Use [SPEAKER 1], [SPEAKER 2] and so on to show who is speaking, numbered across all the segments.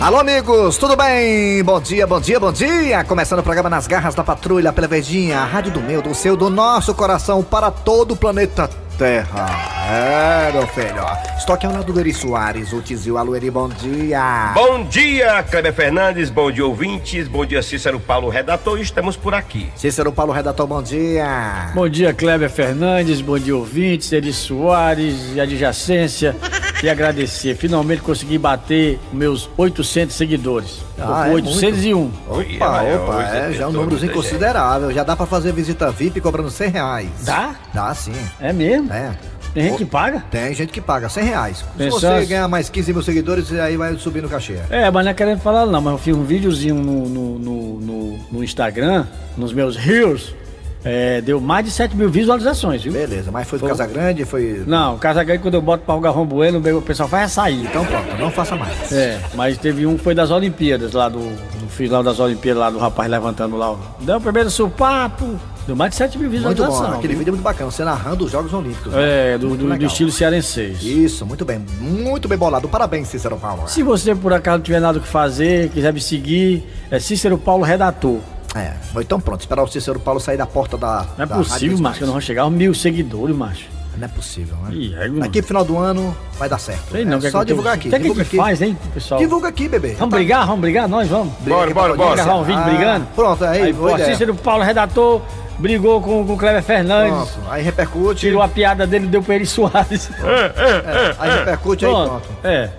[SPEAKER 1] Alô, amigos, tudo bem? Bom dia, bom dia, bom dia! Começando o programa Nas Garras da Patrulha pela Verdinha, a rádio do meu, do seu, do nosso coração para todo o planeta Terra. É, meu filho. Estou aqui ao lado do Eri Soares, o Tizio Alueri, bom dia!
[SPEAKER 2] Bom dia, Kleber Fernandes, bom dia, ouvintes, bom dia, Cícero Paulo, redator, estamos por aqui.
[SPEAKER 1] Cícero Paulo Redator, bom dia!
[SPEAKER 3] Bom dia, Kleber Fernandes, bom dia, ouvintes, Eri Soares e adjacência. E agradecer, finalmente consegui bater meus 800 seguidores.
[SPEAKER 1] Ah, é
[SPEAKER 3] 801.
[SPEAKER 2] Oi,
[SPEAKER 1] Opa,
[SPEAKER 2] é,
[SPEAKER 1] opa,
[SPEAKER 2] hoje
[SPEAKER 1] é,
[SPEAKER 2] tem
[SPEAKER 1] já é um
[SPEAKER 2] todo
[SPEAKER 1] númerozinho
[SPEAKER 2] muita gente.
[SPEAKER 1] considerável. Já dá pra fazer visita VIP cobrando 100 reais.
[SPEAKER 3] Dá?
[SPEAKER 1] Dá sim.
[SPEAKER 3] É mesmo?
[SPEAKER 1] É.
[SPEAKER 3] Tem gente que paga?
[SPEAKER 1] Tem gente que paga 100 reais. Se
[SPEAKER 3] Pensou
[SPEAKER 1] você
[SPEAKER 3] assim?
[SPEAKER 1] ganhar mais 15 mil seguidores, aí vai subir no cachê.
[SPEAKER 3] É, mas não é querendo falar não, mas eu fiz um videozinho no, no, no, no- no Instagram, nos meus reels, é, deu mais de 7 mil visualizações, viu?
[SPEAKER 1] Beleza, mas foi do
[SPEAKER 3] Foi.
[SPEAKER 1] Casa Grande, foi.
[SPEAKER 3] Não, o Casagrande quando eu boto pra Galvão Bueno, o pessoal faz essa aí.
[SPEAKER 1] Então pronto, não faça mais.
[SPEAKER 3] É, mas teve um que foi das Olimpíadas, lá do, do final das Olimpíadas, lá do rapaz levantando lá. o- Deu o primeiro supapo, deu mais de 7 mil
[SPEAKER 1] Muito
[SPEAKER 3] visualizações.
[SPEAKER 1] bom, aquele
[SPEAKER 3] viu?
[SPEAKER 1] vídeo é muito bacana, você narrando os Jogos Olímpicos. né?
[SPEAKER 3] É, do,
[SPEAKER 1] Muito
[SPEAKER 3] do, do
[SPEAKER 1] legal.
[SPEAKER 3] estilo cearenseis.
[SPEAKER 1] Isso, muito bem, muito bem bolado. Parabéns, Cícero Paulo.
[SPEAKER 3] Se você por acaso não tiver nada o que fazer, quiser me seguir, é Cícero Paulo Redator.
[SPEAKER 1] É, bom, então pronto, esperar o Cícero Paulo sair da porta da.
[SPEAKER 3] Não é
[SPEAKER 1] da
[SPEAKER 3] possível,
[SPEAKER 1] Tá, Rádio
[SPEAKER 3] macho, que eu não vou chegar aos mil seguidores, macho.
[SPEAKER 1] Não é possível, né?
[SPEAKER 3] Ih, é, mano.
[SPEAKER 1] Daqui pro final do ano vai dar certo.
[SPEAKER 3] Sei não,
[SPEAKER 1] É
[SPEAKER 3] o que é
[SPEAKER 1] só
[SPEAKER 3] que eu tenho-
[SPEAKER 1] divulgar aqui.
[SPEAKER 3] O que é que a
[SPEAKER 1] divulga
[SPEAKER 3] gente faz, hein, pessoal?
[SPEAKER 1] Divulga aqui, bebê.
[SPEAKER 3] Vamos
[SPEAKER 1] Tá-
[SPEAKER 3] brigar, vamos brigar, nós vamos.
[SPEAKER 2] Bora, bora,
[SPEAKER 1] Briga, pra
[SPEAKER 2] bora.
[SPEAKER 1] audiência.
[SPEAKER 3] Gravar um vídeo
[SPEAKER 1] Ah,
[SPEAKER 3] brigando?
[SPEAKER 1] Pronto, aí,
[SPEAKER 3] Aí,
[SPEAKER 1] boa
[SPEAKER 3] pô,
[SPEAKER 1] ideia.
[SPEAKER 3] Cícero Paulo Redator brigou com com o Cleber Fernandes.
[SPEAKER 1] Pronto, aí repercute.
[SPEAKER 3] Tirou a piada dele, deu pra ele Soares.
[SPEAKER 1] É, aí repercute, aí pronto.
[SPEAKER 3] É.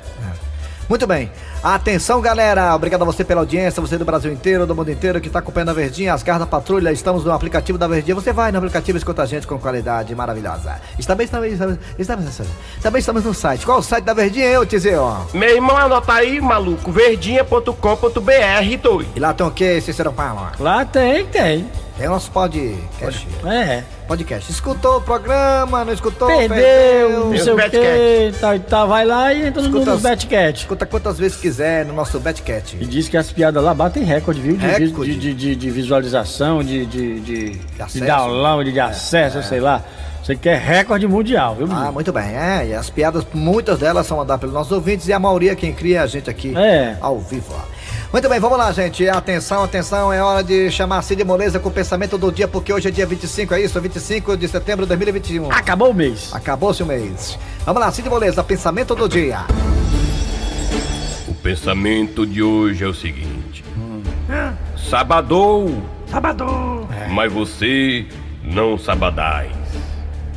[SPEAKER 1] Muito bem. Atenção, galera. Obrigado a você pela audiência, você do Brasil inteiro, do mundo inteiro que tá acompanhando a Verdinha, as garras da patrulha. Estamos no aplicativo da Verdinha. Você vai no aplicativo e escuta a gente com qualidade maravilhosa. E também estamos, estamos, estamos, também estamos no site. Qual o site da Verdinha, eu, Tizio?
[SPEAKER 2] Meu irmão, anota aí, maluco, verdinha.com.br, doido.
[SPEAKER 1] E lá tem o que, Cícero Palma?
[SPEAKER 3] Lá tem, tem.
[SPEAKER 1] Tem o nosso podcast.
[SPEAKER 3] É.
[SPEAKER 1] Podcast. Escutou o programa, não escutou?
[SPEAKER 3] Perdeu, não sei o
[SPEAKER 2] Betcat.
[SPEAKER 3] quê, tá, tá, vai lá e entra no
[SPEAKER 1] Escuta
[SPEAKER 3] mundo
[SPEAKER 1] as-
[SPEAKER 3] dos Betcat.
[SPEAKER 1] Escuta quantas vezes quiser no nosso
[SPEAKER 3] E
[SPEAKER 1] Betcat.
[SPEAKER 3] diz que as piadas lá batem recorde, viu? De, vi-
[SPEAKER 1] Recorde.
[SPEAKER 3] de, de, de visualização, de, de, de, de
[SPEAKER 1] acesso.
[SPEAKER 3] download, de acesso, sei lá. Você quer recorde mundial, viu?
[SPEAKER 1] Ah,
[SPEAKER 3] menino?
[SPEAKER 1] muito bem. É, e as piadas, muitas delas são mandadas pelos nossos ouvintes e a maioria quem cria é a gente aqui
[SPEAKER 3] É.
[SPEAKER 1] ao vivo. Muito bem, vamos lá, gente. Atenção, atenção, é hora de chamar Cid Moleza com o pensamento do dia, porque hoje é dia 25, é isso? 25 de setembro de 2021.
[SPEAKER 3] Acabou o mês.
[SPEAKER 1] Acabou-se o mês. Vamos lá, Cid Moleza, pensamento do dia.
[SPEAKER 2] O pensamento de hoje é o seguinte:
[SPEAKER 1] Hum.
[SPEAKER 2] Sabadou, É.
[SPEAKER 4] Sabadão.
[SPEAKER 2] mas você não sabadais.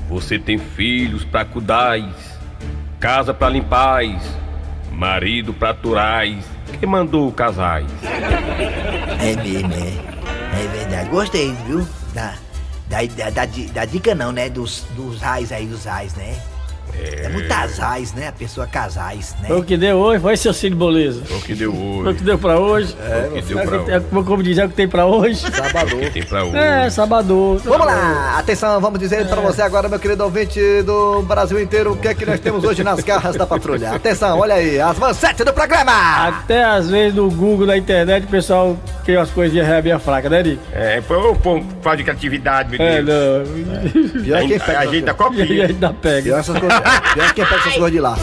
[SPEAKER 2] Você tem filhos pra cuidais, casa pra limpais, marido pra turais. Quem mandou casais?
[SPEAKER 5] É mesmo, é. É verdade. Gostei, viu? Da, da, da, da di- da dica não, né? Dos, dos raios aí, dos raios, né? É, muitas raios, né? A pessoa casais, né?
[SPEAKER 3] Foi o que deu hoje, foi seu Cid Boleza.
[SPEAKER 2] Foi o que deu
[SPEAKER 3] Foi o
[SPEAKER 2] hoje.
[SPEAKER 3] que deu pra hoje.
[SPEAKER 2] Foi o que deu
[SPEAKER 3] É o
[SPEAKER 2] pra
[SPEAKER 3] que- é
[SPEAKER 2] hoje.
[SPEAKER 3] como- como diz, é o que tem pra hoje.
[SPEAKER 2] O que tem pra hoje.
[SPEAKER 3] É, sabadão.
[SPEAKER 1] Vamos lá, atenção, vamos dizer pra você agora, meu querido ouvinte do Brasil inteiro, o que é que nós temos hoje nas garras da patrulha. Atenção, olha aí, as manchetes do programa.
[SPEAKER 3] Até às vezes no Google, na internet, o pessoal cria umas coisinhas rebinha fraca, né, Nick?
[SPEAKER 2] É, pô, pô, falta de criatividade, meu
[SPEAKER 3] É,
[SPEAKER 2] Deus.
[SPEAKER 3] não.
[SPEAKER 1] Pior
[SPEAKER 2] A gente- a gente tá
[SPEAKER 6] É.
[SPEAKER 3] E
[SPEAKER 2] copia.
[SPEAKER 3] aí dá pega.
[SPEAKER 1] Pior, essas coisas, é. pior quem pega essas coisas de lá.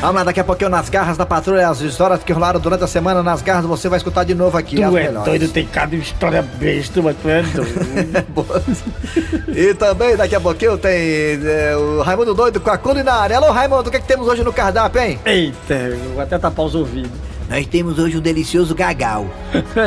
[SPEAKER 1] Vamos lá, daqui a pouquinho nas garras da patrulha, as histórias que rolaram durante a semana nas garras, você vai escutar de novo aqui. as
[SPEAKER 3] Tu é
[SPEAKER 1] melhores.
[SPEAKER 3] doido, tem cada história besta, mas tu é doido.
[SPEAKER 1] e também daqui a pouquinho tem é, o Raimundo Doido com a culinária. Alô, Raimundo, o que, é que temos hoje no cardápio, hein?
[SPEAKER 3] Eita, eu vou até tapar os ouvidos.
[SPEAKER 5] Nós temos hoje um delicioso gagal.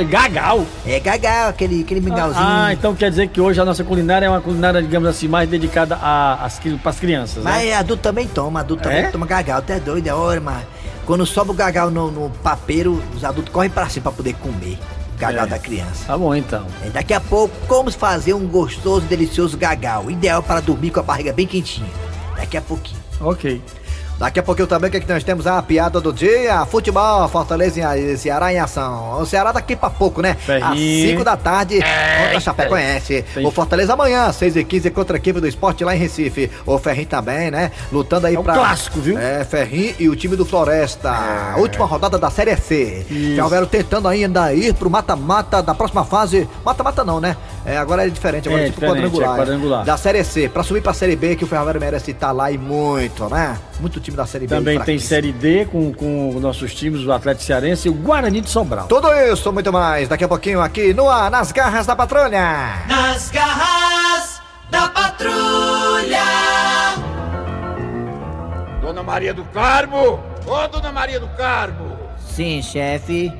[SPEAKER 3] Gagal!
[SPEAKER 5] É gagal, aquele, aquele mingauzinho.
[SPEAKER 3] Ah, então quer dizer que hoje a nossa culinária é uma culinária, digamos assim, mais dedicada a, as, pras crianças, né?
[SPEAKER 5] Mas adulto também toma, adulto
[SPEAKER 3] É?
[SPEAKER 5] também toma gagal. Até doido, é hora, mas... Quando sobe o gagal no, no papeiro, os adultos correm pra cima pra poder comer o gagal
[SPEAKER 3] É.
[SPEAKER 5] da criança.
[SPEAKER 3] Tá bom, então.
[SPEAKER 5] É, Daqui a pouco, como fazer um gostoso, delicioso gagal. Ideal para dormir com a barriga bem quentinha. Daqui a pouquinho.
[SPEAKER 3] Ok.
[SPEAKER 1] Daqui a pouquinho também o que, é que nós temos? A piada do dia, futebol, Fortaleza e Ceará em ação. O Ceará daqui pra pouco, né? Às
[SPEAKER 3] Ferrinho. É,
[SPEAKER 1] 5 da tarde, contra a Chapecoense.
[SPEAKER 3] Tem-
[SPEAKER 1] O Fortaleza amanhã, 6 e 15 contra a equipe do esporte lá em Recife. O Ferrinho também, né? Lutando aí
[SPEAKER 3] É um
[SPEAKER 1] pra...
[SPEAKER 3] clássico, viu? É.
[SPEAKER 1] É, Ferrinho e o time do Floresta. Última rodada da Série C.
[SPEAKER 3] Isso.
[SPEAKER 1] Já houveram tentando ainda ir pro mata-mata da próxima fase. Mata-mata não, né? É, agora é diferente, agora é,
[SPEAKER 3] É,
[SPEAKER 1] tipo
[SPEAKER 3] diferente,
[SPEAKER 1] quadrangular.
[SPEAKER 3] é quadrangular.
[SPEAKER 1] Da Série C. Pra subir pra Série B, que o Ferroviário merece estar lá e muito, né? Muito time da Série B.
[SPEAKER 3] Também tem
[SPEAKER 1] fraquíssimo.
[SPEAKER 3] Série D com, com nossos times, o Atlético Cearense e o Guarani de Sobral.
[SPEAKER 1] Tudo isso, muito mais, daqui a pouquinho aqui no ar, nas garras da patrulha.
[SPEAKER 4] Nas garras da patrulha.
[SPEAKER 7] Dona Maria do Carmo! Ô, Dona Maria do Carmo!
[SPEAKER 8] Sim, chefe.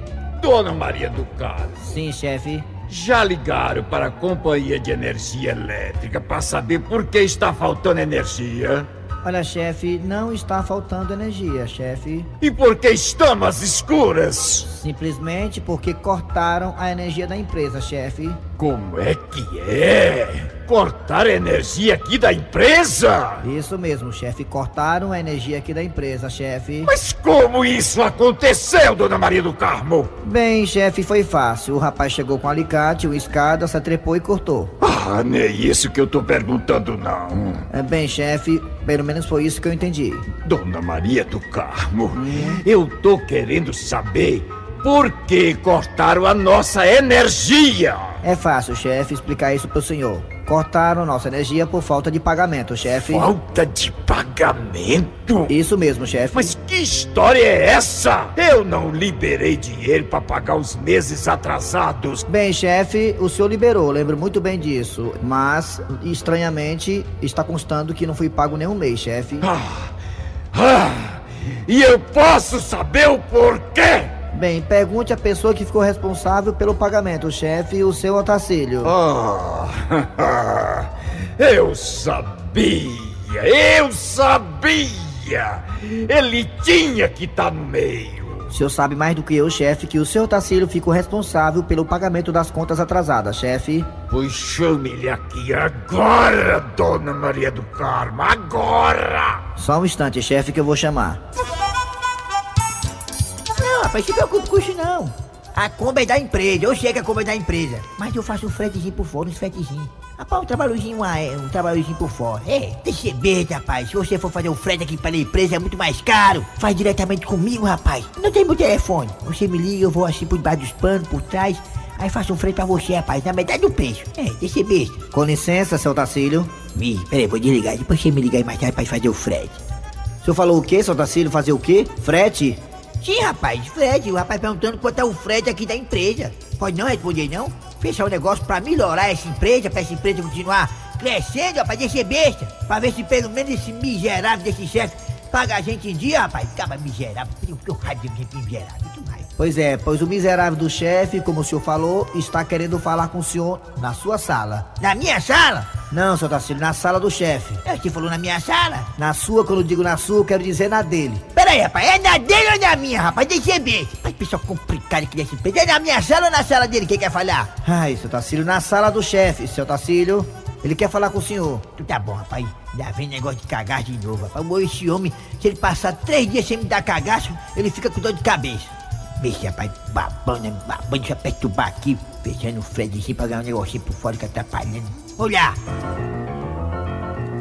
[SPEAKER 7] Dona Maria do Carmo!
[SPEAKER 8] Sim, chefe.
[SPEAKER 7] Já ligaram para a Companhia de Energia Elétrica para saber por que está faltando energia?
[SPEAKER 8] Olha, chefe, não está faltando energia, chefe.
[SPEAKER 7] E por que estamos às escuras?
[SPEAKER 8] Simplesmente porque cortaram a energia da empresa, chefe.
[SPEAKER 7] Como é que é? Cortar a energia aqui da empresa?
[SPEAKER 8] Isso mesmo, chefe. Cortaram a energia aqui da empresa, chefe.
[SPEAKER 7] Mas como isso aconteceu, Dona Maria do Carmo?
[SPEAKER 8] Bem, chefe, foi fácil. O rapaz chegou com um alicate, uma escada, se atrepou e cortou.
[SPEAKER 7] Ah, não é isso que eu tô perguntando, não.
[SPEAKER 8] É, Bem, chefe, pelo menos foi isso que eu entendi.
[SPEAKER 7] Dona Maria do Carmo, eu tô querendo saber por que cortaram a nossa energia.
[SPEAKER 8] É fácil, chefe, explicar isso pro senhor. Cortaram nossa energia por falta de pagamento, chefe.
[SPEAKER 7] Falta de pagamento?
[SPEAKER 8] Isso mesmo, chefe.
[SPEAKER 7] Mas que história é essa? Eu não liberei dinheiro pra pagar os meses atrasados.
[SPEAKER 8] Bem, chefe, o senhor liberou, lembro muito bem disso. Mas, estranhamente, está constando que não fui pago nenhum mês, chefe.
[SPEAKER 7] Ah, ah, e eu posso saber o porquê?
[SPEAKER 8] Bem, pergunte à pessoa que ficou responsável pelo pagamento, chefe, o seu Otacílio.
[SPEAKER 7] Ah, eu sabia, eu sabia. Ele tinha que estar no meio.
[SPEAKER 8] O senhor sabe mais do que eu, chefe, que o seu Otacílio ficou responsável pelo pagamento das contas atrasadas, chefe.
[SPEAKER 7] Pois chame ele aqui agora, Dona Maria do Carmo, agora.
[SPEAKER 8] Só um instante, chefe, que eu vou chamar.
[SPEAKER 5] Não, é rapaz, se preocupe com isso não. A Kombi é da empresa, eu sei que a Kombi é da empresa. Mas eu faço um fretezinho por fora, uns fretezinhos. Rapaz, um trabalhozinho, ah, é, um trabalhozinho por fora. É, deixa eu ver, rapaz. Se você for fazer um frete aqui pela empresa, é muito mais caro. Faz diretamente comigo, rapaz. Não tem meu telefone. Você me liga, eu vou assim por debaixo dos panos, por trás. Aí faço um frete pra você, rapaz, na metade do preço. É, deixa eu ver.
[SPEAKER 8] Com licença, seu Otacílio.
[SPEAKER 5] Ih, peraí, vou desligar. Depois você me liga aí mais tarde pra fazer o frete.
[SPEAKER 8] O senhor falou o quê, seu Otacílio? Fazer o quê? Frete?
[SPEAKER 5] Sim, rapaz, Fred, o rapaz perguntando quanto é o Fred aqui da empresa. Pode não responder, não? Fechar o negócio pra melhorar essa empresa, pra essa empresa continuar crescendo, rapaz, deixa besta. Pra ver se pelo menos esse miserável desse chefe paga a gente em dia, rapaz. Acaba miserável, tenho que raiva de gente miserável, um que raiva.
[SPEAKER 8] Pois é, pois o miserável do chefe, como o senhor falou, está querendo é, falar com o senhor na sua sala.
[SPEAKER 5] Na minha sala?
[SPEAKER 8] Não, seu Tarcílio, na sala do chefe.
[SPEAKER 5] É, Você falou na minha sala?
[SPEAKER 8] Na sua, quando eu digo na sua, eu quero dizer na dele.
[SPEAKER 5] Pera aí, rapaz, é na dele ou na minha, rapaz? Deixa besta. Mas pessoal complicado aqui dessa empresa, é na minha sala ou na sala dele que quer falar?
[SPEAKER 8] Ai, seu Tarcílio, na sala do chefe, seu Tarcílio. Ele quer falar com o senhor.
[SPEAKER 5] Tu tá bom, rapaz. Já vem negócio de cagar de novo, rapaz. Ô, Esse homem, se ele passar três dias sem me dar cagaço, ele fica com dor de cabeça. Vixe, rapaz, babão, né? Babão, deixa eu perturbar aqui. Fechando o Fredzinho pra ganhar um negocinho por fora que atrapalhando. Olha!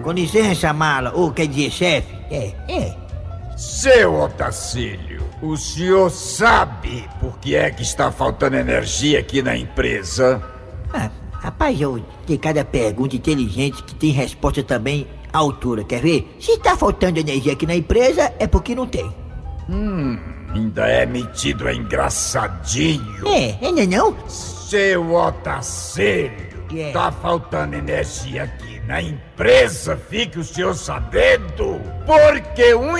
[SPEAKER 8] Com licença, mala.
[SPEAKER 5] Ou quer dizer, chefe? É, é.
[SPEAKER 7] Seu Otacílio, o senhor sabe por que é que está faltando energia aqui na empresa?
[SPEAKER 5] Ah, rapaz, eu tem cada pergunta inteligente que tem resposta também à altura, quer ver? Se tá faltando energia aqui na empresa, é porque não tem.
[SPEAKER 7] Ainda é metido é engraçadinho.
[SPEAKER 5] É, é não é não?
[SPEAKER 7] Seu Otacílio,
[SPEAKER 5] Que é?
[SPEAKER 7] tá faltando energia aqui na empresa, fique o senhor sabendo. Porque um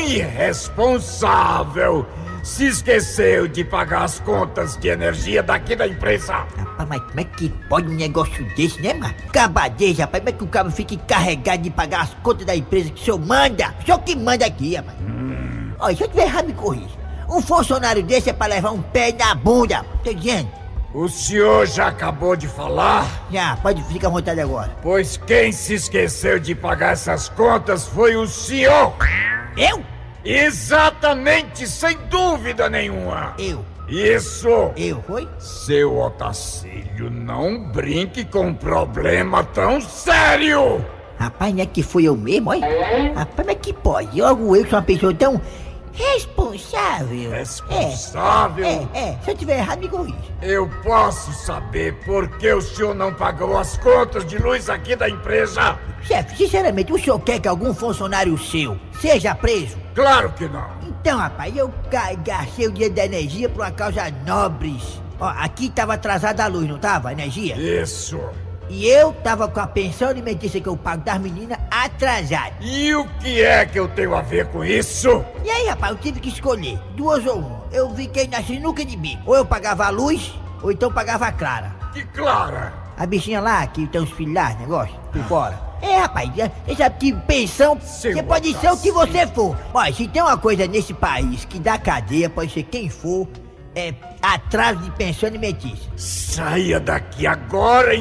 [SPEAKER 7] irresponsável se esqueceu de pagar as contas de energia daqui da empresa.
[SPEAKER 5] Rapaz, mas como é que pode um negócio desse, né, mano? Cabadeja, rapaz, como é que o cabo fica encarregado de pagar as contas da empresa que o senhor manda? O senhor que manda aqui, rapaz. Olha, se eu tiver errado, me corrija. Um funcionário desse é pra levar um pé na bunda, tá tô dizendo.
[SPEAKER 7] O senhor já acabou de falar,
[SPEAKER 5] Já, pode ficar à vontade agora.
[SPEAKER 7] pois quem se esqueceu de pagar essas contas foi o senhor.
[SPEAKER 5] Eu?
[SPEAKER 7] Exatamente, sem dúvida nenhuma.
[SPEAKER 5] Eu.
[SPEAKER 7] Isso.
[SPEAKER 5] Eu, foi?
[SPEAKER 7] Seu Otacílio, não brinque com um problema tão sério!
[SPEAKER 5] Rapaz, não é que foi eu mesmo, olha? Rapaz, mas que pode? Logo eu sou uma pessoa tão
[SPEAKER 9] Responsável.
[SPEAKER 7] Responsável?
[SPEAKER 9] É, é. Se eu tiver errado, me corrija.
[SPEAKER 7] Eu posso saber por que o senhor não pagou as contas de luz aqui da empresa?
[SPEAKER 9] Chefe, sinceramente, o senhor quer que algum funcionário seu seja preso?
[SPEAKER 7] Claro que não.
[SPEAKER 9] Então, rapaz, eu ga- gastei o dinheiro da energia por uma causa nobres. Ó, aqui tava atrasada a luz, não tava? A energia?
[SPEAKER 7] Isso.
[SPEAKER 9] E eu tava com a pensão alimentícia que eu pago das meninas atrasada.
[SPEAKER 7] E o que é que eu tenho a ver com isso?
[SPEAKER 9] E aí, rapaz, eu tive que escolher duas ou uma. Eu fiquei na sinuca de bico. Ou eu pagava a luz, ou então pagava a clara.
[SPEAKER 7] Que Clara?
[SPEAKER 9] A bichinha lá, que tem uns filhos lá, negócio, por fora. É, rapaz, já- você sabe que pensão,
[SPEAKER 7] Seu
[SPEAKER 9] você pode ser o que você for. Olha, se tem uma coisa nesse país que dá cadeia, pode ser quem for, é atraso de pensão alimentícia.
[SPEAKER 7] Saia daqui agora,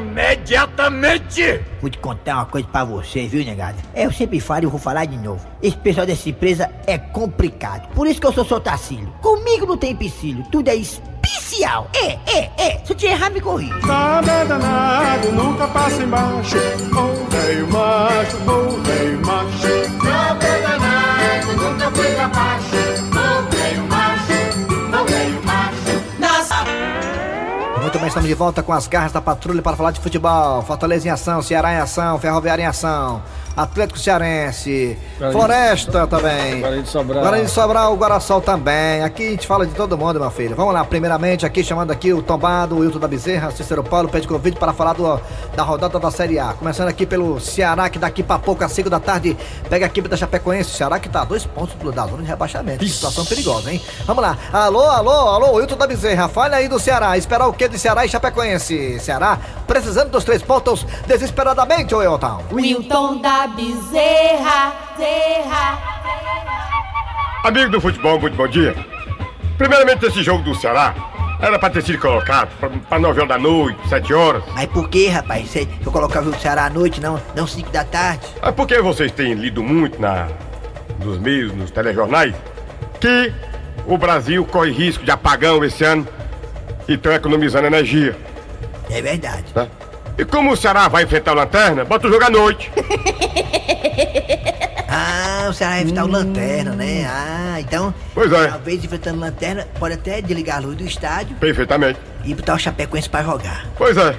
[SPEAKER 7] imediatamente!
[SPEAKER 9] Vou te contar uma coisa pra você, viu, negada? É, eu sempre falo e vou falar de novo. Esse pessoal dessa empresa é complicado. Por isso que eu sou seu Tacílio. Comigo não tem empecilho, tudo é especial. É, é, é. Se eu te errar, me corrija.
[SPEAKER 6] Nada danado, nunca passa embaixo. Ô velho macho, ô velho macho.
[SPEAKER 4] Nada danado, nunca foi pra baixo. Não veio macho, não veio macho. Nas...
[SPEAKER 1] Muito bem, estamos de volta com as garras da patrulha para falar de futebol. Fortaleza em ação, Ceará em ação, Ferroviária em ação, Atlético Cearense,
[SPEAKER 3] Guarani.
[SPEAKER 1] Floresta também.
[SPEAKER 3] Guarani de Sobral.
[SPEAKER 1] Guarani de Sobral, o Guarasol também. Aqui a gente fala de todo mundo, meu filho. Vamos lá, primeiramente aqui chamando aqui o tombado, o Wilton da Bezerra, Cícero Paulo, pede convite para falar do- da rodada da Série A. Começando aqui pelo Ceará, que daqui para pouco, às 5 da tarde, pega a equipe da Chapecoense. Ceará que tá a dois pontos do- da zona de rebaixamento. Situação perigosa, hein? Vamos lá. Alô, alô, alô, Wilton da Bezerra. Falha aí do Ceará. Esperar o quê de Ceará e Chapecoense? Ceará precisando dos três pontos desesperadamente, ô Elton.
[SPEAKER 10] Wilton da Bezerra, Bezerra.
[SPEAKER 6] Amigo do futebol, muito bom dia. Primeiramente, esse jogo do Ceará era pra ter sido colocado pra, pra 9 horas da noite, 7 horas.
[SPEAKER 5] Mas por que, rapaz? Se eu colocar o jogo do Ceará à noite, não, não 5 da tarde?
[SPEAKER 6] É porque vocês têm lido muito na, nos meios, nos telejornais, que o Brasil corre risco de apagão esse ano e estão economizando energia.
[SPEAKER 5] É verdade.
[SPEAKER 6] né? E como o Ceará vai enfrentar o Lanterna, bota o jogo à noite.
[SPEAKER 5] Ah, o Ceará vai evitar o lanterna, né? Ah, então.
[SPEAKER 6] Hum. Pois é.
[SPEAKER 5] Talvez enfrentando lanterna, pode até desligar a luz do estádio
[SPEAKER 6] Perfeitamente.
[SPEAKER 5] e botar o Chapecoense pra jogar.
[SPEAKER 6] Pois é.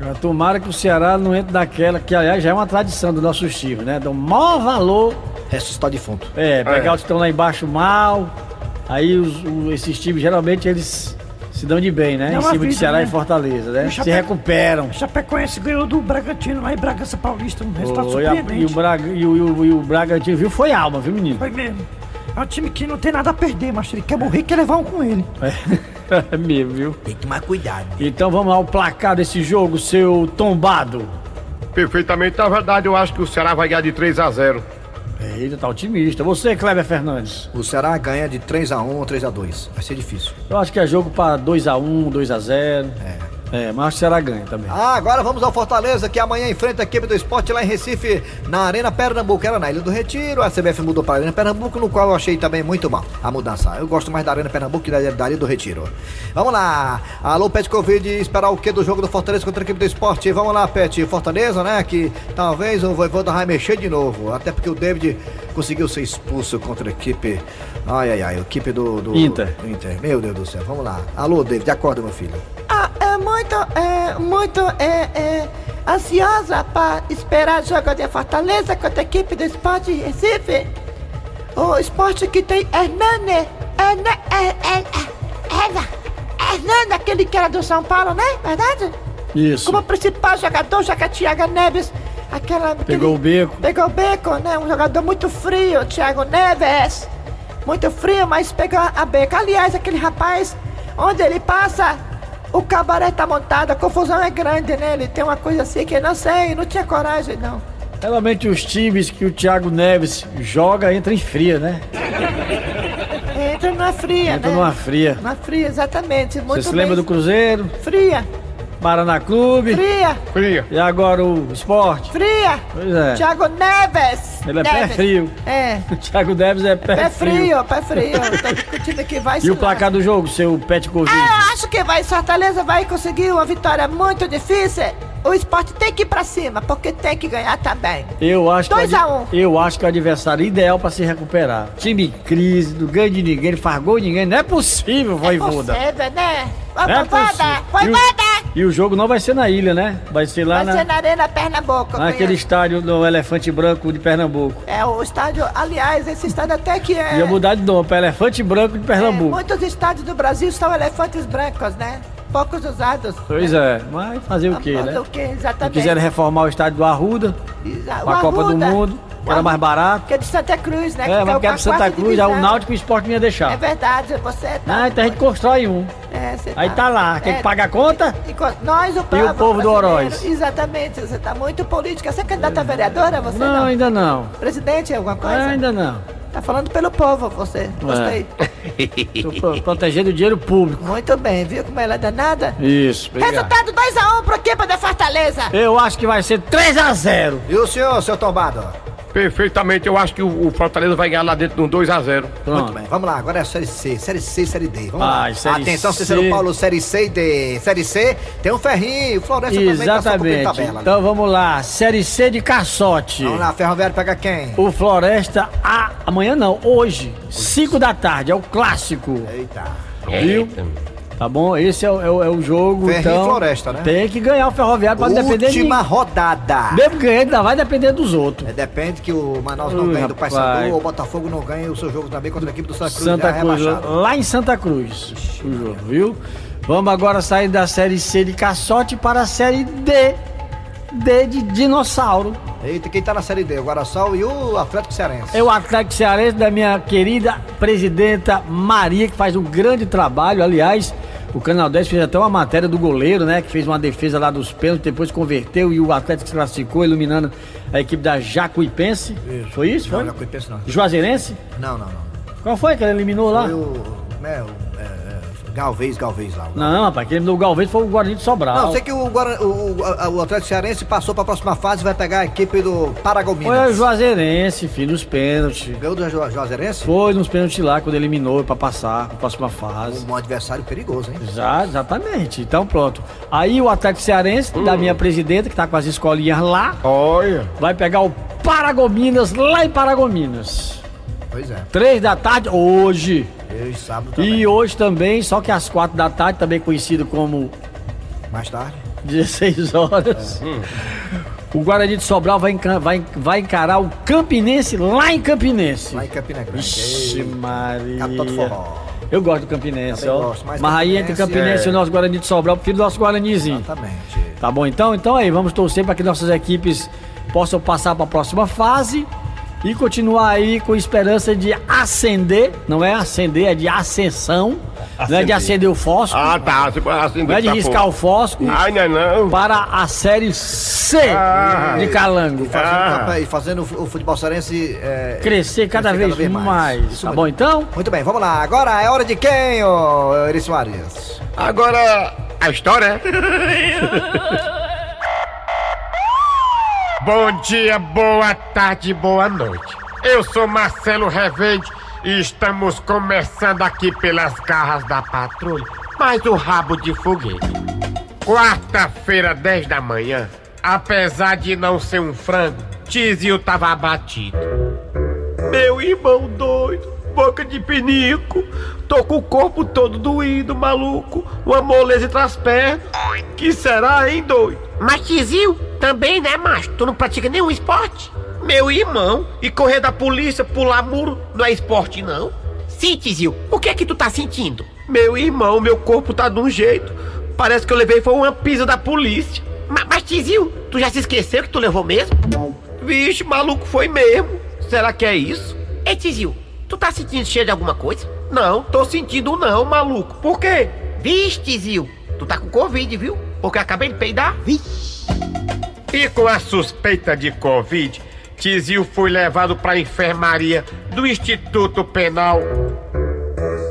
[SPEAKER 3] Agora, Tomara que o Ceará não entre naquela, que aliás já é uma tradição do nosso time, né? Dá o maior valor
[SPEAKER 1] Ressuscitar defunto.
[SPEAKER 3] É, pegar
[SPEAKER 6] É.
[SPEAKER 3] os que estão lá embaixo mal. Aí os- o- esses times geralmente eles se dão de bem, né? em cima de Ceará e Fortaleza, né? Se
[SPEAKER 11] é-
[SPEAKER 3] recuperam.
[SPEAKER 11] Chapecoense ganhou do Bragantino lá em Bragança Paulista, um resultado
[SPEAKER 3] Foi a- e, o
[SPEAKER 11] surpreendente.
[SPEAKER 3] Braga, e, o, e, o, e o Bragantino, viu? Foi alma, viu, menino?
[SPEAKER 11] Foi mesmo. É um time que não tem nada a perder, mas ele quer morrer, quer levar um com ele.
[SPEAKER 3] É mesmo, viu?
[SPEAKER 5] Tem que tomar cuidado.
[SPEAKER 3] Então vamos lá, o placar desse jogo, seu tombado.
[SPEAKER 6] Perfeitamente. Na verdade, eu acho que o Ceará vai ganhar de 3 a 0.
[SPEAKER 3] Eita, tá otimista. Você, Kleber Fernandes.
[SPEAKER 1] O Ceará ganha de 3x1, 3x2. Vai ser difícil.
[SPEAKER 3] Eu acho que é jogo pra 2x1, 2x0. É. mas acho que o Ceará ganha também.
[SPEAKER 1] Ah, agora vamos ao Fortaleza, que amanhã enfrenta a equipe do esporte lá em Recife, na Arena Pernambuco. Era na Ilha do Retiro, a CBF mudou para a Arena Pernambuco, no qual eu achei também muito mal a mudança. Eu gosto mais da Arena Pernambuco que da, da Ilha do Retiro. Vamos lá. Alô, Pet Covid, esperar o que do jogo do Fortaleza contra a equipe do esporte? Vamos lá, Pet. Fortaleza, né, que talvez o Voivoda vai mexer de novo, até porque o David conseguiu ser expulso contra a equipe... Ai, ai, ai, a equipe do... do
[SPEAKER 3] Inter.
[SPEAKER 1] do Inter. Meu Deus do céu, vamos lá. Alô, David, acorda, meu filho.
[SPEAKER 9] Ah, é muito, é, muito, é, é, ansiosa para esperar o jogo de Fortaleza contra a equipe do Esporte Recife. O esporte que tem Hernani, Hernani, é, Hernani, aquele que era do São Paulo, né? Verdade?
[SPEAKER 3] Isso.
[SPEAKER 9] Como principal jogador, já que é Thiago Neves, aquela... aquele-
[SPEAKER 3] Pegou o beco.
[SPEAKER 9] Pegou o beco, né? Um jogador muito frio, Thiago Neves. Muito frio, mas pegou a beca. Aliás, aquele rapaz, onde ele passa, o cabaré tá montado, a confusão é grande, né? Ele tem uma coisa assim que eu não sei, não tinha coragem, não.
[SPEAKER 3] Geralmente os times que o Thiago Neves joga entra em fria, né?
[SPEAKER 9] Entra numa fria,
[SPEAKER 3] Entra
[SPEAKER 9] né?
[SPEAKER 3] numa fria.
[SPEAKER 9] Numa fria, exatamente. Muito
[SPEAKER 3] Você se lembra do
[SPEAKER 9] bem.
[SPEAKER 3] Cruzeiro,
[SPEAKER 9] Fria,
[SPEAKER 3] Paraná Clube
[SPEAKER 9] fria,
[SPEAKER 6] Fria.
[SPEAKER 3] e agora o Esporte.
[SPEAKER 9] fria.
[SPEAKER 3] Pois é.
[SPEAKER 9] Thiago Neves.
[SPEAKER 3] Ele é pé
[SPEAKER 9] Neves.
[SPEAKER 3] frio.
[SPEAKER 9] É.
[SPEAKER 3] O Thiago Neves é pé,
[SPEAKER 9] Pé
[SPEAKER 3] frio.
[SPEAKER 9] frio, pé frio. Então, o time que vai se
[SPEAKER 3] E o
[SPEAKER 9] lasca.
[SPEAKER 3] placar do jogo, seu Pet Covid?
[SPEAKER 9] É. Ah, eu acho que vai, Fortaleza vai conseguir uma vitória muito difícil. o esporte tem que ir pra cima, porque tem que ganhar também.
[SPEAKER 3] Eu acho, que o
[SPEAKER 9] 2
[SPEAKER 3] adi-
[SPEAKER 9] a 1.
[SPEAKER 3] eu acho que é o adversário ideal pra se recuperar. Time em crise, não ganha de ninguém, não faz gol de ninguém. Não é possível, voivoda.
[SPEAKER 9] Possível, né?
[SPEAKER 3] Não é
[SPEAKER 9] Voivoda,
[SPEAKER 3] possível. E o-
[SPEAKER 9] voivoda!
[SPEAKER 3] E o jogo não vai ser na ilha, né? Vai ser lá
[SPEAKER 9] Vai ser
[SPEAKER 3] na, Ah,
[SPEAKER 9] na é. Arena Pernambuco.
[SPEAKER 3] naquele
[SPEAKER 9] cunhado.
[SPEAKER 3] estádio do Elefante Branco de Pernambuco.
[SPEAKER 9] É, o estádio, aliás, esse estádio até que é...
[SPEAKER 3] Ia mudar de nome pra Elefante Branco de Pernambuco.
[SPEAKER 9] Muitos estádios do Brasil são elefantes brancos, né? Poucos usados.
[SPEAKER 3] Pois é, mas fazer o quê, né?
[SPEAKER 9] O que,
[SPEAKER 3] Se
[SPEAKER 9] exatamente?
[SPEAKER 3] quiseram reformar o estádio do Arruda,
[SPEAKER 9] Exa-
[SPEAKER 3] pra
[SPEAKER 9] o
[SPEAKER 3] Copa do
[SPEAKER 9] Arruda.
[SPEAKER 3] Mundo, que era mais barato.
[SPEAKER 9] Que é de Santa Cruz, né?
[SPEAKER 3] É, mas
[SPEAKER 9] caiu
[SPEAKER 3] porque é
[SPEAKER 9] pra
[SPEAKER 3] pro Santa
[SPEAKER 9] quarta
[SPEAKER 3] Cruz, aí o
[SPEAKER 9] divisão.
[SPEAKER 3] Náutico e o Sport não ia
[SPEAKER 9] É
[SPEAKER 3] deixar.
[SPEAKER 9] verdade, você tá...
[SPEAKER 3] Ah, então a gente constrói um.
[SPEAKER 9] É, você
[SPEAKER 3] Aí tá lá, quem
[SPEAKER 9] É,
[SPEAKER 3] que paga a conta?
[SPEAKER 9] enquanto Nós, o povo
[SPEAKER 3] o povo do
[SPEAKER 9] brasileiro.
[SPEAKER 3] Oroz.
[SPEAKER 9] Exatamente, você tá muito política. Você é candidata a vereadora, você
[SPEAKER 3] Não,
[SPEAKER 9] não?
[SPEAKER 3] ainda não. É,
[SPEAKER 9] Presidente, alguma coisa?
[SPEAKER 3] Ainda não.
[SPEAKER 9] Tá falando pelo povo, você.
[SPEAKER 3] É.
[SPEAKER 9] Gostei.
[SPEAKER 3] Tô pro- protegendo o dinheiro público.
[SPEAKER 9] Muito bem, viu como ela é danada?
[SPEAKER 3] Isso, obrigado.
[SPEAKER 9] Resultado 2x1 pro equipe da Fortaleza.
[SPEAKER 3] Eu acho que vai ser 3x0.
[SPEAKER 1] E o senhor, seu tombado?
[SPEAKER 6] Perfeitamente, eu acho que o, o Fortaleza vai ganhar lá dentro de um 2x0.
[SPEAKER 1] Muito bem, vamos lá, agora é a Série C, Série C, Série D. Vamos
[SPEAKER 6] Ai,
[SPEAKER 1] lá.
[SPEAKER 6] Série
[SPEAKER 1] Atenção,
[SPEAKER 6] C.
[SPEAKER 1] Cícero Paulo, Série C e D. Série C, tem um ferrinho, o Floresta também
[SPEAKER 3] Exatamente.
[SPEAKER 1] passou por tabela. né?
[SPEAKER 3] Então vamos lá, Série C de caçote.
[SPEAKER 1] Vamos lá, Ferroviário pega quem?
[SPEAKER 3] O Floresta, a- amanhã não, hoje, 5 da tarde, é o clássico.
[SPEAKER 1] Eita.
[SPEAKER 3] Viu? Tá bom? Esse é, o- é o- é o jogo,
[SPEAKER 1] Ferrinho
[SPEAKER 3] então...
[SPEAKER 1] e Floresta, né?
[SPEAKER 3] Tem que ganhar o Ferroviário pra não depender de...
[SPEAKER 1] Última rodada.
[SPEAKER 3] Mesmo ganhando, ainda vai depender dos outros.
[SPEAKER 1] É, depende que o Manaus não
[SPEAKER 3] Ui,
[SPEAKER 1] ganhe do
[SPEAKER 3] rapaz.
[SPEAKER 1] Paysandu ou o Botafogo não ganhe o seu jogo também contra a equipe do Santa Cruz.
[SPEAKER 3] Santa
[SPEAKER 1] já é
[SPEAKER 3] Cruz,
[SPEAKER 1] rebaixado.
[SPEAKER 3] lá em Santa Cruz. o jogo, viu? Vamos agora sair da série C de caçote para a série D. D de dinossauro.
[SPEAKER 1] Eita, quem tá na Série D? O Guaraçal e o Atlético Cearense.
[SPEAKER 3] É o Atlético Cearense da minha querida presidenta Maria, que faz um grande trabalho. Aliás, o Canal 10 fez até uma matéria do goleiro, né? Que fez uma defesa lá dos pênaltis, depois converteu e o Atlético se classificou, iluminando a equipe da Jacuipense. Foi isso? Foi?
[SPEAKER 1] Não, não, Jacuipense não.
[SPEAKER 3] Juazeirense?
[SPEAKER 1] Não, não, não.
[SPEAKER 3] Qual foi que ele eliminou lá?
[SPEAKER 1] Foi o. É, o- é, é, Galvez, Galvez lá.
[SPEAKER 3] Não, rapaz, quem eliminou o Galvez foi o Guarani de Sobral.
[SPEAKER 1] Não, sei que o, Guara- o- o- a- o Atlético Cearense passou pra próxima fase e vai pegar a equipe do
[SPEAKER 3] Foi o
[SPEAKER 1] Paragominas.
[SPEAKER 3] Juazeirense, filho, nos pênaltis.
[SPEAKER 1] Ganhou do Ju- Juazeirense?
[SPEAKER 3] Foi nos pênaltis lá, quando eliminou pra passar pra próxima fase.
[SPEAKER 1] Um adversário perigoso, hein?
[SPEAKER 3] Já, exatamente. Então pronto. Aí o Atlético Cearense, da minha presidenta, que tá com as escolinhas lá.
[SPEAKER 6] Olha.
[SPEAKER 3] Vai pegar o Paragominas, lá em Paragominas.
[SPEAKER 1] Pois é.
[SPEAKER 3] Três da tarde, hoje.
[SPEAKER 1] Eu e sábado também.
[SPEAKER 3] E hoje também, só que às quatro da tarde, também conhecido como
[SPEAKER 1] Mais tarde.
[SPEAKER 3] 16 horas. O Guarani de Sobral vai, enca- vai- vai encarar o Campinense lá em Campinense.
[SPEAKER 1] Lá em Campina Grande.
[SPEAKER 3] Ixi,
[SPEAKER 1] Ei,
[SPEAKER 3] Maria.
[SPEAKER 1] Capital do forró.
[SPEAKER 3] Eu gosto do Campinense,
[SPEAKER 1] Também
[SPEAKER 3] ó.
[SPEAKER 1] gosto, mas
[SPEAKER 3] mas aí entre
[SPEAKER 1] Campinense
[SPEAKER 3] Campinense
[SPEAKER 1] é-
[SPEAKER 3] e o nosso Guarani de Sobral, filho do nosso Guaranizinho.
[SPEAKER 1] Exatamente.
[SPEAKER 3] Tá bom então? Então aí, vamos torcer para que nossas equipes possam passar para a próxima fase e continuar aí com esperança de ascender, não é ascender, é de ascensão, não é de
[SPEAKER 6] Ascender.
[SPEAKER 3] acender o fósforo.
[SPEAKER 6] Ah, tá. se- Assim,
[SPEAKER 3] Não é de
[SPEAKER 6] tá,
[SPEAKER 3] riscar
[SPEAKER 6] pô.
[SPEAKER 3] o fósforo
[SPEAKER 6] Ai, não, é não.
[SPEAKER 3] para a série C
[SPEAKER 6] Ah.
[SPEAKER 3] de Calango.
[SPEAKER 1] E fazendo,
[SPEAKER 3] Ah.
[SPEAKER 1] capa- e fazendo o fu- o futebol cearense é,
[SPEAKER 3] Crescer cada vez mais.
[SPEAKER 1] Isso
[SPEAKER 3] Tá
[SPEAKER 1] mesmo.
[SPEAKER 3] bom então?
[SPEAKER 1] Muito bem, vamos lá. Agora é hora de quem, ô Eri Soares?
[SPEAKER 6] Agora, a história. né? Bom dia, boa tarde, boa noite. Eu sou Marcelo Revende e estamos começando aqui pelas garras da patrulha, mais o rabo de foguete. Quarta-feira, 10 da manhã, apesar de não ser um frango, Tizio tava abatido. Meu irmão doido, boca de pinico, tô com o corpo todo doído, maluco, uma moleza entre as pernas. Que será, hein, doido? Mas Tizio, também, né, macho? Tu não pratica nenhum esporte? Meu irmão, e correr da polícia, pular muro, não é esporte, não? Sim, Tizio, o que é que tu tá sentindo? Meu irmão, meu corpo tá de um jeito, parece que eu levei foi uma pisa da polícia. Mas, mas Tizio, tu já se esqueceu que tu levou mesmo? Vixe, maluco foi mesmo. Será que é isso? Ei, Tizil, tu tá sentindo cheio de alguma coisa? Não, tô sentindo não, maluco. Por quê? Vixe, Tizil, tu tá com Covid, viu? Porque eu acabei de peidar. E com a suspeita de Covid, Tizil foi levado pra enfermaria do Instituto Penal.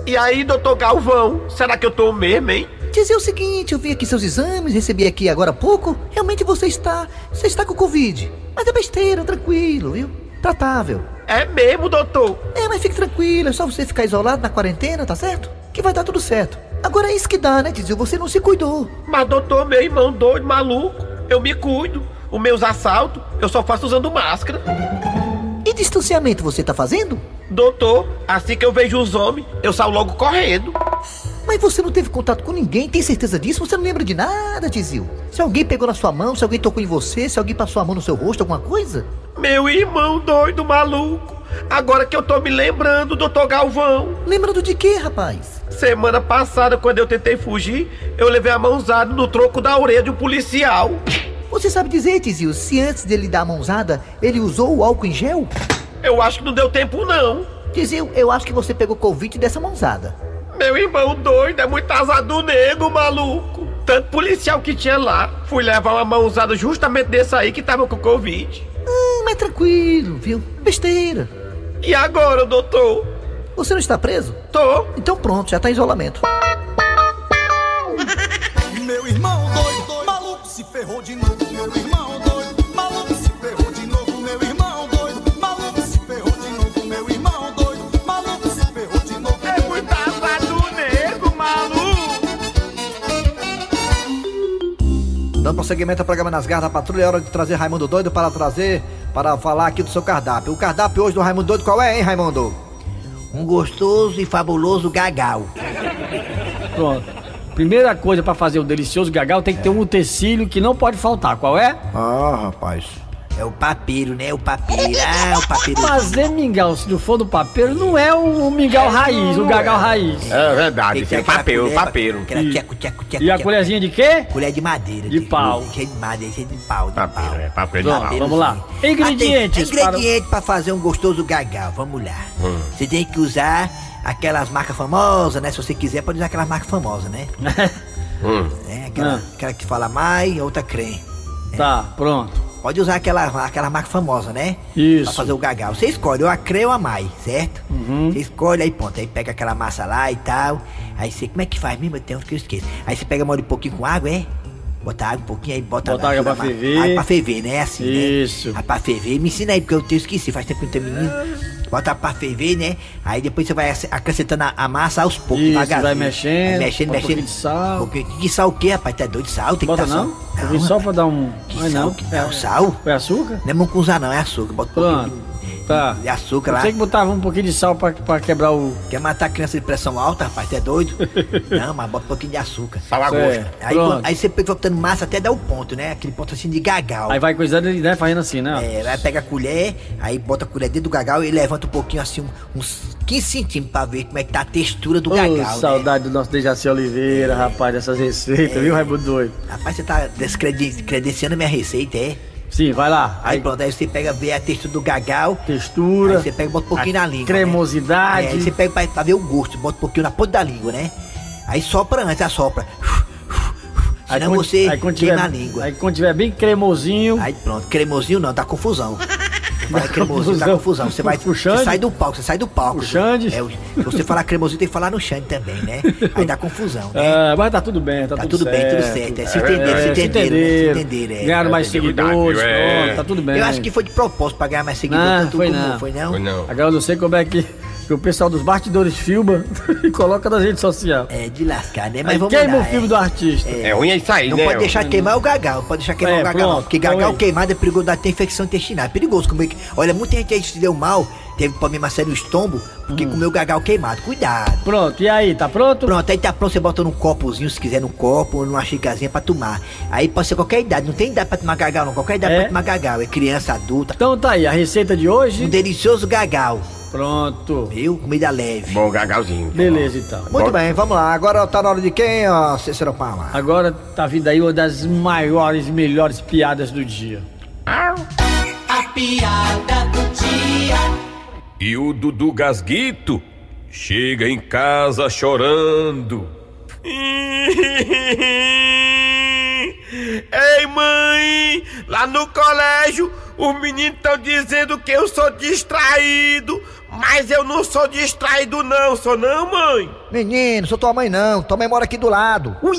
[SPEAKER 6] E aí, doutor Galvão, será que eu tô mesmo, hein?
[SPEAKER 5] Dizer o seguinte, eu vi aqui seus exames, recebi aqui agora há pouco. Realmente você está. Você está com Covid. Mas é besteira, tranquilo, viu? Tratável.
[SPEAKER 6] É mesmo, doutor?
[SPEAKER 5] É, mas fique tranquilo, é só você ficar isolado na quarentena, tá certo? Que vai dar tudo certo. Agora é isso que dá, né, Dizil? Você não se cuidou.
[SPEAKER 6] Mas, doutor, meu irmão doido, maluco,
[SPEAKER 7] Eu me cuido. Os meus assaltos eu só faço usando máscara.
[SPEAKER 5] E distanciamento você tá fazendo?
[SPEAKER 7] Doutor, assim que eu vejo os homens, eu saio logo correndo.
[SPEAKER 5] Mas você não teve contato com ninguém, tem certeza disso? Você não lembra de nada, Tizil? Se alguém pegou na sua mão, se alguém tocou em você, se alguém passou a mão no seu rosto, alguma coisa?
[SPEAKER 7] Meu irmão doido, maluco. Agora que eu tô me lembrando, doutor Galvão.
[SPEAKER 5] Lembrando de quê, rapaz?
[SPEAKER 7] Semana passada, quando eu tentei fugir, eu levei a mãozada no troco da orelha de um policial.
[SPEAKER 5] Você sabe dizer, Tizil, se antes dele dar a mãozada, ele usou o álcool em gel?
[SPEAKER 7] Eu acho que não deu tempo, não.
[SPEAKER 5] Tizil, eu acho que você pegou Covid dessa mãozada.
[SPEAKER 7] Meu irmão doido é muito azado nego, maluco. Tanto policial que tinha lá. Fui levar uma mãozada justamente desse aí que tava com Covid.
[SPEAKER 5] Hum, mas tranquilo, viu? Besteira.
[SPEAKER 7] E agora, doutor?
[SPEAKER 5] Você não está preso?
[SPEAKER 7] Tô.
[SPEAKER 5] Então pronto, já tá em isolamento.
[SPEAKER 12] Meu irmão doido, doido, maluco se ferrou de novo. Meu irmão doido, maluco se ferrou de novo. Meu irmão doido, maluco se ferrou de novo. Meu irmão doido, maluco se ferrou de novo.
[SPEAKER 7] É muito azado nego, maluco.
[SPEAKER 13] Dando prosseguimento ao programa Nas Garras da Patrulha, é hora de trazer Raimundo Doido para trazer, para falar aqui do seu cardápio. O cardápio hoje do Raimundo Doido qual é, hein, Raimundo?
[SPEAKER 1] Um gostoso e fabuloso gagal.
[SPEAKER 3] Pronto. Primeira coisa pra fazer o delicioso gagal tem que ter um utensílio que não pode faltar. Qual é?
[SPEAKER 13] Ah, rapaz.
[SPEAKER 1] É o papiro, né? O papiro. Ah, o papiro.
[SPEAKER 3] Fazer né, mingau, se não for do papiro, não é o, o mingau raiz, o gagal raiz.
[SPEAKER 6] É verdade, isso é papiro, papiro.
[SPEAKER 1] Aquela tcheco, tcheco, tcheco,
[SPEAKER 3] E a colherzinha de quê?
[SPEAKER 1] Colher de madeira.
[SPEAKER 3] De pau.
[SPEAKER 1] Cheio de madeira, cheio de pau. De
[SPEAKER 6] Papiro,
[SPEAKER 1] pau.
[SPEAKER 6] é papiro de
[SPEAKER 1] Pronto,
[SPEAKER 6] pau.
[SPEAKER 3] Vamos lá. Ingredientes
[SPEAKER 1] Ah, tem ingrediente para... fazer um gostoso gagal. Vamos lá. Você tem que usar aquelas marcas famosas, né? Se você quiser, pode usar aquelas marcas famosas, né? É,
[SPEAKER 3] Ah.
[SPEAKER 1] aquela, aquela que fala mais, outra creme. É.
[SPEAKER 3] Tá, pronto.
[SPEAKER 1] Pode usar aquela, aquela marca famosa, né?
[SPEAKER 3] Isso.
[SPEAKER 1] Pra fazer o gagal. Você escolhe ou a creme ou a mais, certo?
[SPEAKER 3] Uhum.
[SPEAKER 1] Você escolhe, aí pronto. Aí pega aquela massa lá e tal. Aí você, como é que faz mesmo? Tem uns que eu esqueço. Aí você pega, molha um pouquinho com água, é? Bota água um pouquinho, aí bota...
[SPEAKER 3] Bota água pra
[SPEAKER 1] ma-
[SPEAKER 3] ferver.
[SPEAKER 1] Água pra ferver, né? Assim,
[SPEAKER 3] Isso.
[SPEAKER 1] né? Água pra ferver. Me ensina aí, porque eu te esqueci. Faz tempo que eu não tenho menino. Bota pra ferver, né? Aí depois você vai ac- acrescentando a, a massa aos poucos,
[SPEAKER 3] Isso,
[SPEAKER 1] devagarzinho.
[SPEAKER 3] vai mexendo,
[SPEAKER 1] Vai mexendo,
[SPEAKER 3] bota um
[SPEAKER 1] mexendo.
[SPEAKER 3] pouquinho de sal.
[SPEAKER 1] Porque, que sal o quê, rapaz? Tá doido de sal? Tem
[SPEAKER 3] Bota
[SPEAKER 1] que tá sal.
[SPEAKER 3] não? Eu vim só pra dar um.
[SPEAKER 1] Que
[SPEAKER 3] Ai,
[SPEAKER 1] sal
[SPEAKER 3] não.
[SPEAKER 1] que
[SPEAKER 3] É,
[SPEAKER 1] dá o sal?
[SPEAKER 3] É açúcar?
[SPEAKER 1] Não é mucunzá não, é açúcar. Bota um
[SPEAKER 3] Pronto.
[SPEAKER 1] pouquinho
[SPEAKER 3] Tá.
[SPEAKER 1] de açúcar
[SPEAKER 3] Eu
[SPEAKER 1] lá.
[SPEAKER 3] sei que botava um pouquinho de sal pra, pra quebrar o.
[SPEAKER 1] Quer matar criança de pressão alta, rapaz? Você é doido? não, mas bota um pouquinho de açúcar.
[SPEAKER 6] Sal a gosto.
[SPEAKER 1] Aí,
[SPEAKER 3] Pronto.
[SPEAKER 1] quando- aí você vai botando massa até dar o ponto, né? Aquele ponto assim de gagal.
[SPEAKER 3] Aí vai coisando, né? Fazendo assim, né?
[SPEAKER 1] É, vai pega a colher, aí bota a colher dentro do gagal e levanta um pouquinho assim, um- uns 15 centímetros pra ver como é que tá a textura do
[SPEAKER 3] Ô,
[SPEAKER 1] gagal. né? É.
[SPEAKER 3] saudade do nosso Dejaci Oliveira, rapaz, dessas receitas, viu, Raimundo doido?
[SPEAKER 1] Rapaz, você tá descredenciando minha receita, é?
[SPEAKER 3] Sim, vai lá.
[SPEAKER 1] Aí pronto, aí você pega, vê a textura do gagal,
[SPEAKER 3] Textura.
[SPEAKER 1] Aí você pega e bota um pouquinho
[SPEAKER 3] A
[SPEAKER 1] na língua.
[SPEAKER 3] cremosidade.
[SPEAKER 1] Né? É, Aí você pega pra, pra ver o gosto, bota um pouquinho na ponta da língua, né? Aí sopra antes, assopra.
[SPEAKER 3] Aí
[SPEAKER 1] Senão
[SPEAKER 3] quando-
[SPEAKER 1] você
[SPEAKER 3] aí quando
[SPEAKER 1] queima
[SPEAKER 3] tiver-
[SPEAKER 1] a língua.
[SPEAKER 3] Aí quando tiver bem cremosinho.
[SPEAKER 1] Aí pronto, cremosinho não, dá confusão. Fala cremosinho, dá
[SPEAKER 3] confusão.
[SPEAKER 1] confusão. Você vai.
[SPEAKER 3] O Xande?
[SPEAKER 1] Você sai do palco, você sai do palco.
[SPEAKER 3] O Xande?
[SPEAKER 1] É, o- se você falar cremosinho, tem que falar no Xande também, né? Aí dá confusão, né?
[SPEAKER 3] Ah, mas tá tudo bem, tá,
[SPEAKER 1] Tá tudo bem, tudo certo. É, se entenderam, se entenderam, né? Se entenderam, é.
[SPEAKER 3] Ganharam mais
[SPEAKER 6] É, verdade,
[SPEAKER 3] seguidores,
[SPEAKER 6] é.
[SPEAKER 3] pronto, tá tudo bem.
[SPEAKER 1] Eu acho que foi de propósito pra ganhar mais seguidor,
[SPEAKER 3] Não,
[SPEAKER 1] tanto
[SPEAKER 3] foi
[SPEAKER 1] como
[SPEAKER 3] não.
[SPEAKER 1] foi, não?
[SPEAKER 6] Foi não.
[SPEAKER 3] Agora eu não sei como é que, que o pessoal dos bastidores filma e coloca nas redes sociais.
[SPEAKER 1] É de lascar, né? Mas
[SPEAKER 3] Aí
[SPEAKER 1] vamos
[SPEAKER 3] queima
[SPEAKER 1] lá,
[SPEAKER 3] o filme
[SPEAKER 1] é.
[SPEAKER 3] do artista.
[SPEAKER 6] É ruim é isso aí,
[SPEAKER 1] Não
[SPEAKER 6] né?
[SPEAKER 1] pode deixar queimar o gagal, não pode deixar queimar
[SPEAKER 3] É,
[SPEAKER 1] o gagal,
[SPEAKER 3] pronto,
[SPEAKER 1] não, porque
[SPEAKER 3] então
[SPEAKER 1] gagal
[SPEAKER 3] é.
[SPEAKER 1] queimado é perigoso da ter infecção intestinal. É perigoso comer. que- Olha, muita gente aí se deu mal, teve problema sério no estômago, porque
[SPEAKER 3] Hum.
[SPEAKER 1] comeu gagal queimado. Cuidado.
[SPEAKER 3] Pronto, e aí, tá pronto?
[SPEAKER 1] Pronto, aí tá pronto, você bota num copozinho, se quiser num Um copo, ou numa xícarazinha pra tomar. Aí pode ser qualquer idade, não tem idade pra tomar gagal, não. Qualquer idade
[SPEAKER 3] É.
[SPEAKER 1] pra tomar gagal. É criança, adulta.
[SPEAKER 3] Então tá aí, a receita de
[SPEAKER 1] Um
[SPEAKER 3] hoje.
[SPEAKER 1] delicioso gagal,
[SPEAKER 3] Pronto.
[SPEAKER 1] viu? Comida leve.
[SPEAKER 6] Bom gagalzinho.
[SPEAKER 3] Beleza então.
[SPEAKER 13] Muito bem, vamos lá. Agora tá na hora de quem, ó, Cícero Palma?
[SPEAKER 3] Agora tá vindo aí uma das maiores, melhores piadas do dia.
[SPEAKER 14] A piada do dia.
[SPEAKER 6] E o Dudu Gasguito chega em casa chorando.
[SPEAKER 7] Ei, mãe! Lá no colégio, os meninos estão dizendo que eu sou distraído. Mas eu não sou distraído, não, sou não, mãe.
[SPEAKER 13] Menino, sou tua mãe não, tua mãe mora aqui do lado. Ui!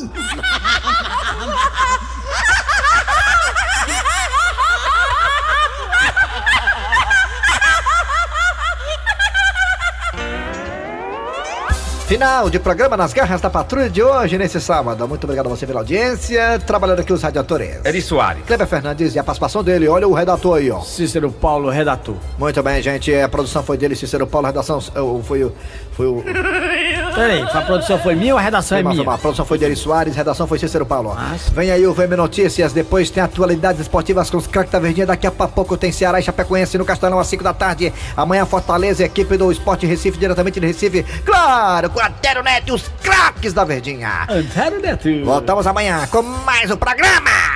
[SPEAKER 1] Final de programa nas garras da patrulha de hoje, nesse sábado. Muito obrigado a você pela audiência. Trabalhando aqui os radiadores.
[SPEAKER 2] Eri Soares.
[SPEAKER 1] Kleber Fernandes e a participação dele. Olha o redator aí, ó.
[SPEAKER 3] Cícero Paulo, redator.
[SPEAKER 1] Muito bem, gente. A produção foi dele, Cícero Paulo. A redação eh, foi o. Foi o.
[SPEAKER 3] Peraí, a produção foi minha ou a redação é
[SPEAKER 1] Foi mais
[SPEAKER 3] minha?
[SPEAKER 1] uma. A produção foi de Eri Soares, redação foi Cícero Paulo. Vem aí o VM Notícias, depois tem atualidades esportivas com os craques da Verdinha. Daqui a pouco tem Ceará e Chapecoense no Castelão às 5 da tarde. Amanhã Fortaleza, equipe do Esporte Recife, diretamente de Recife. Claro, com Antero Neto e os craques da Verdinha.
[SPEAKER 3] Antero Neto.
[SPEAKER 1] Voltamos amanhã com mais um programa.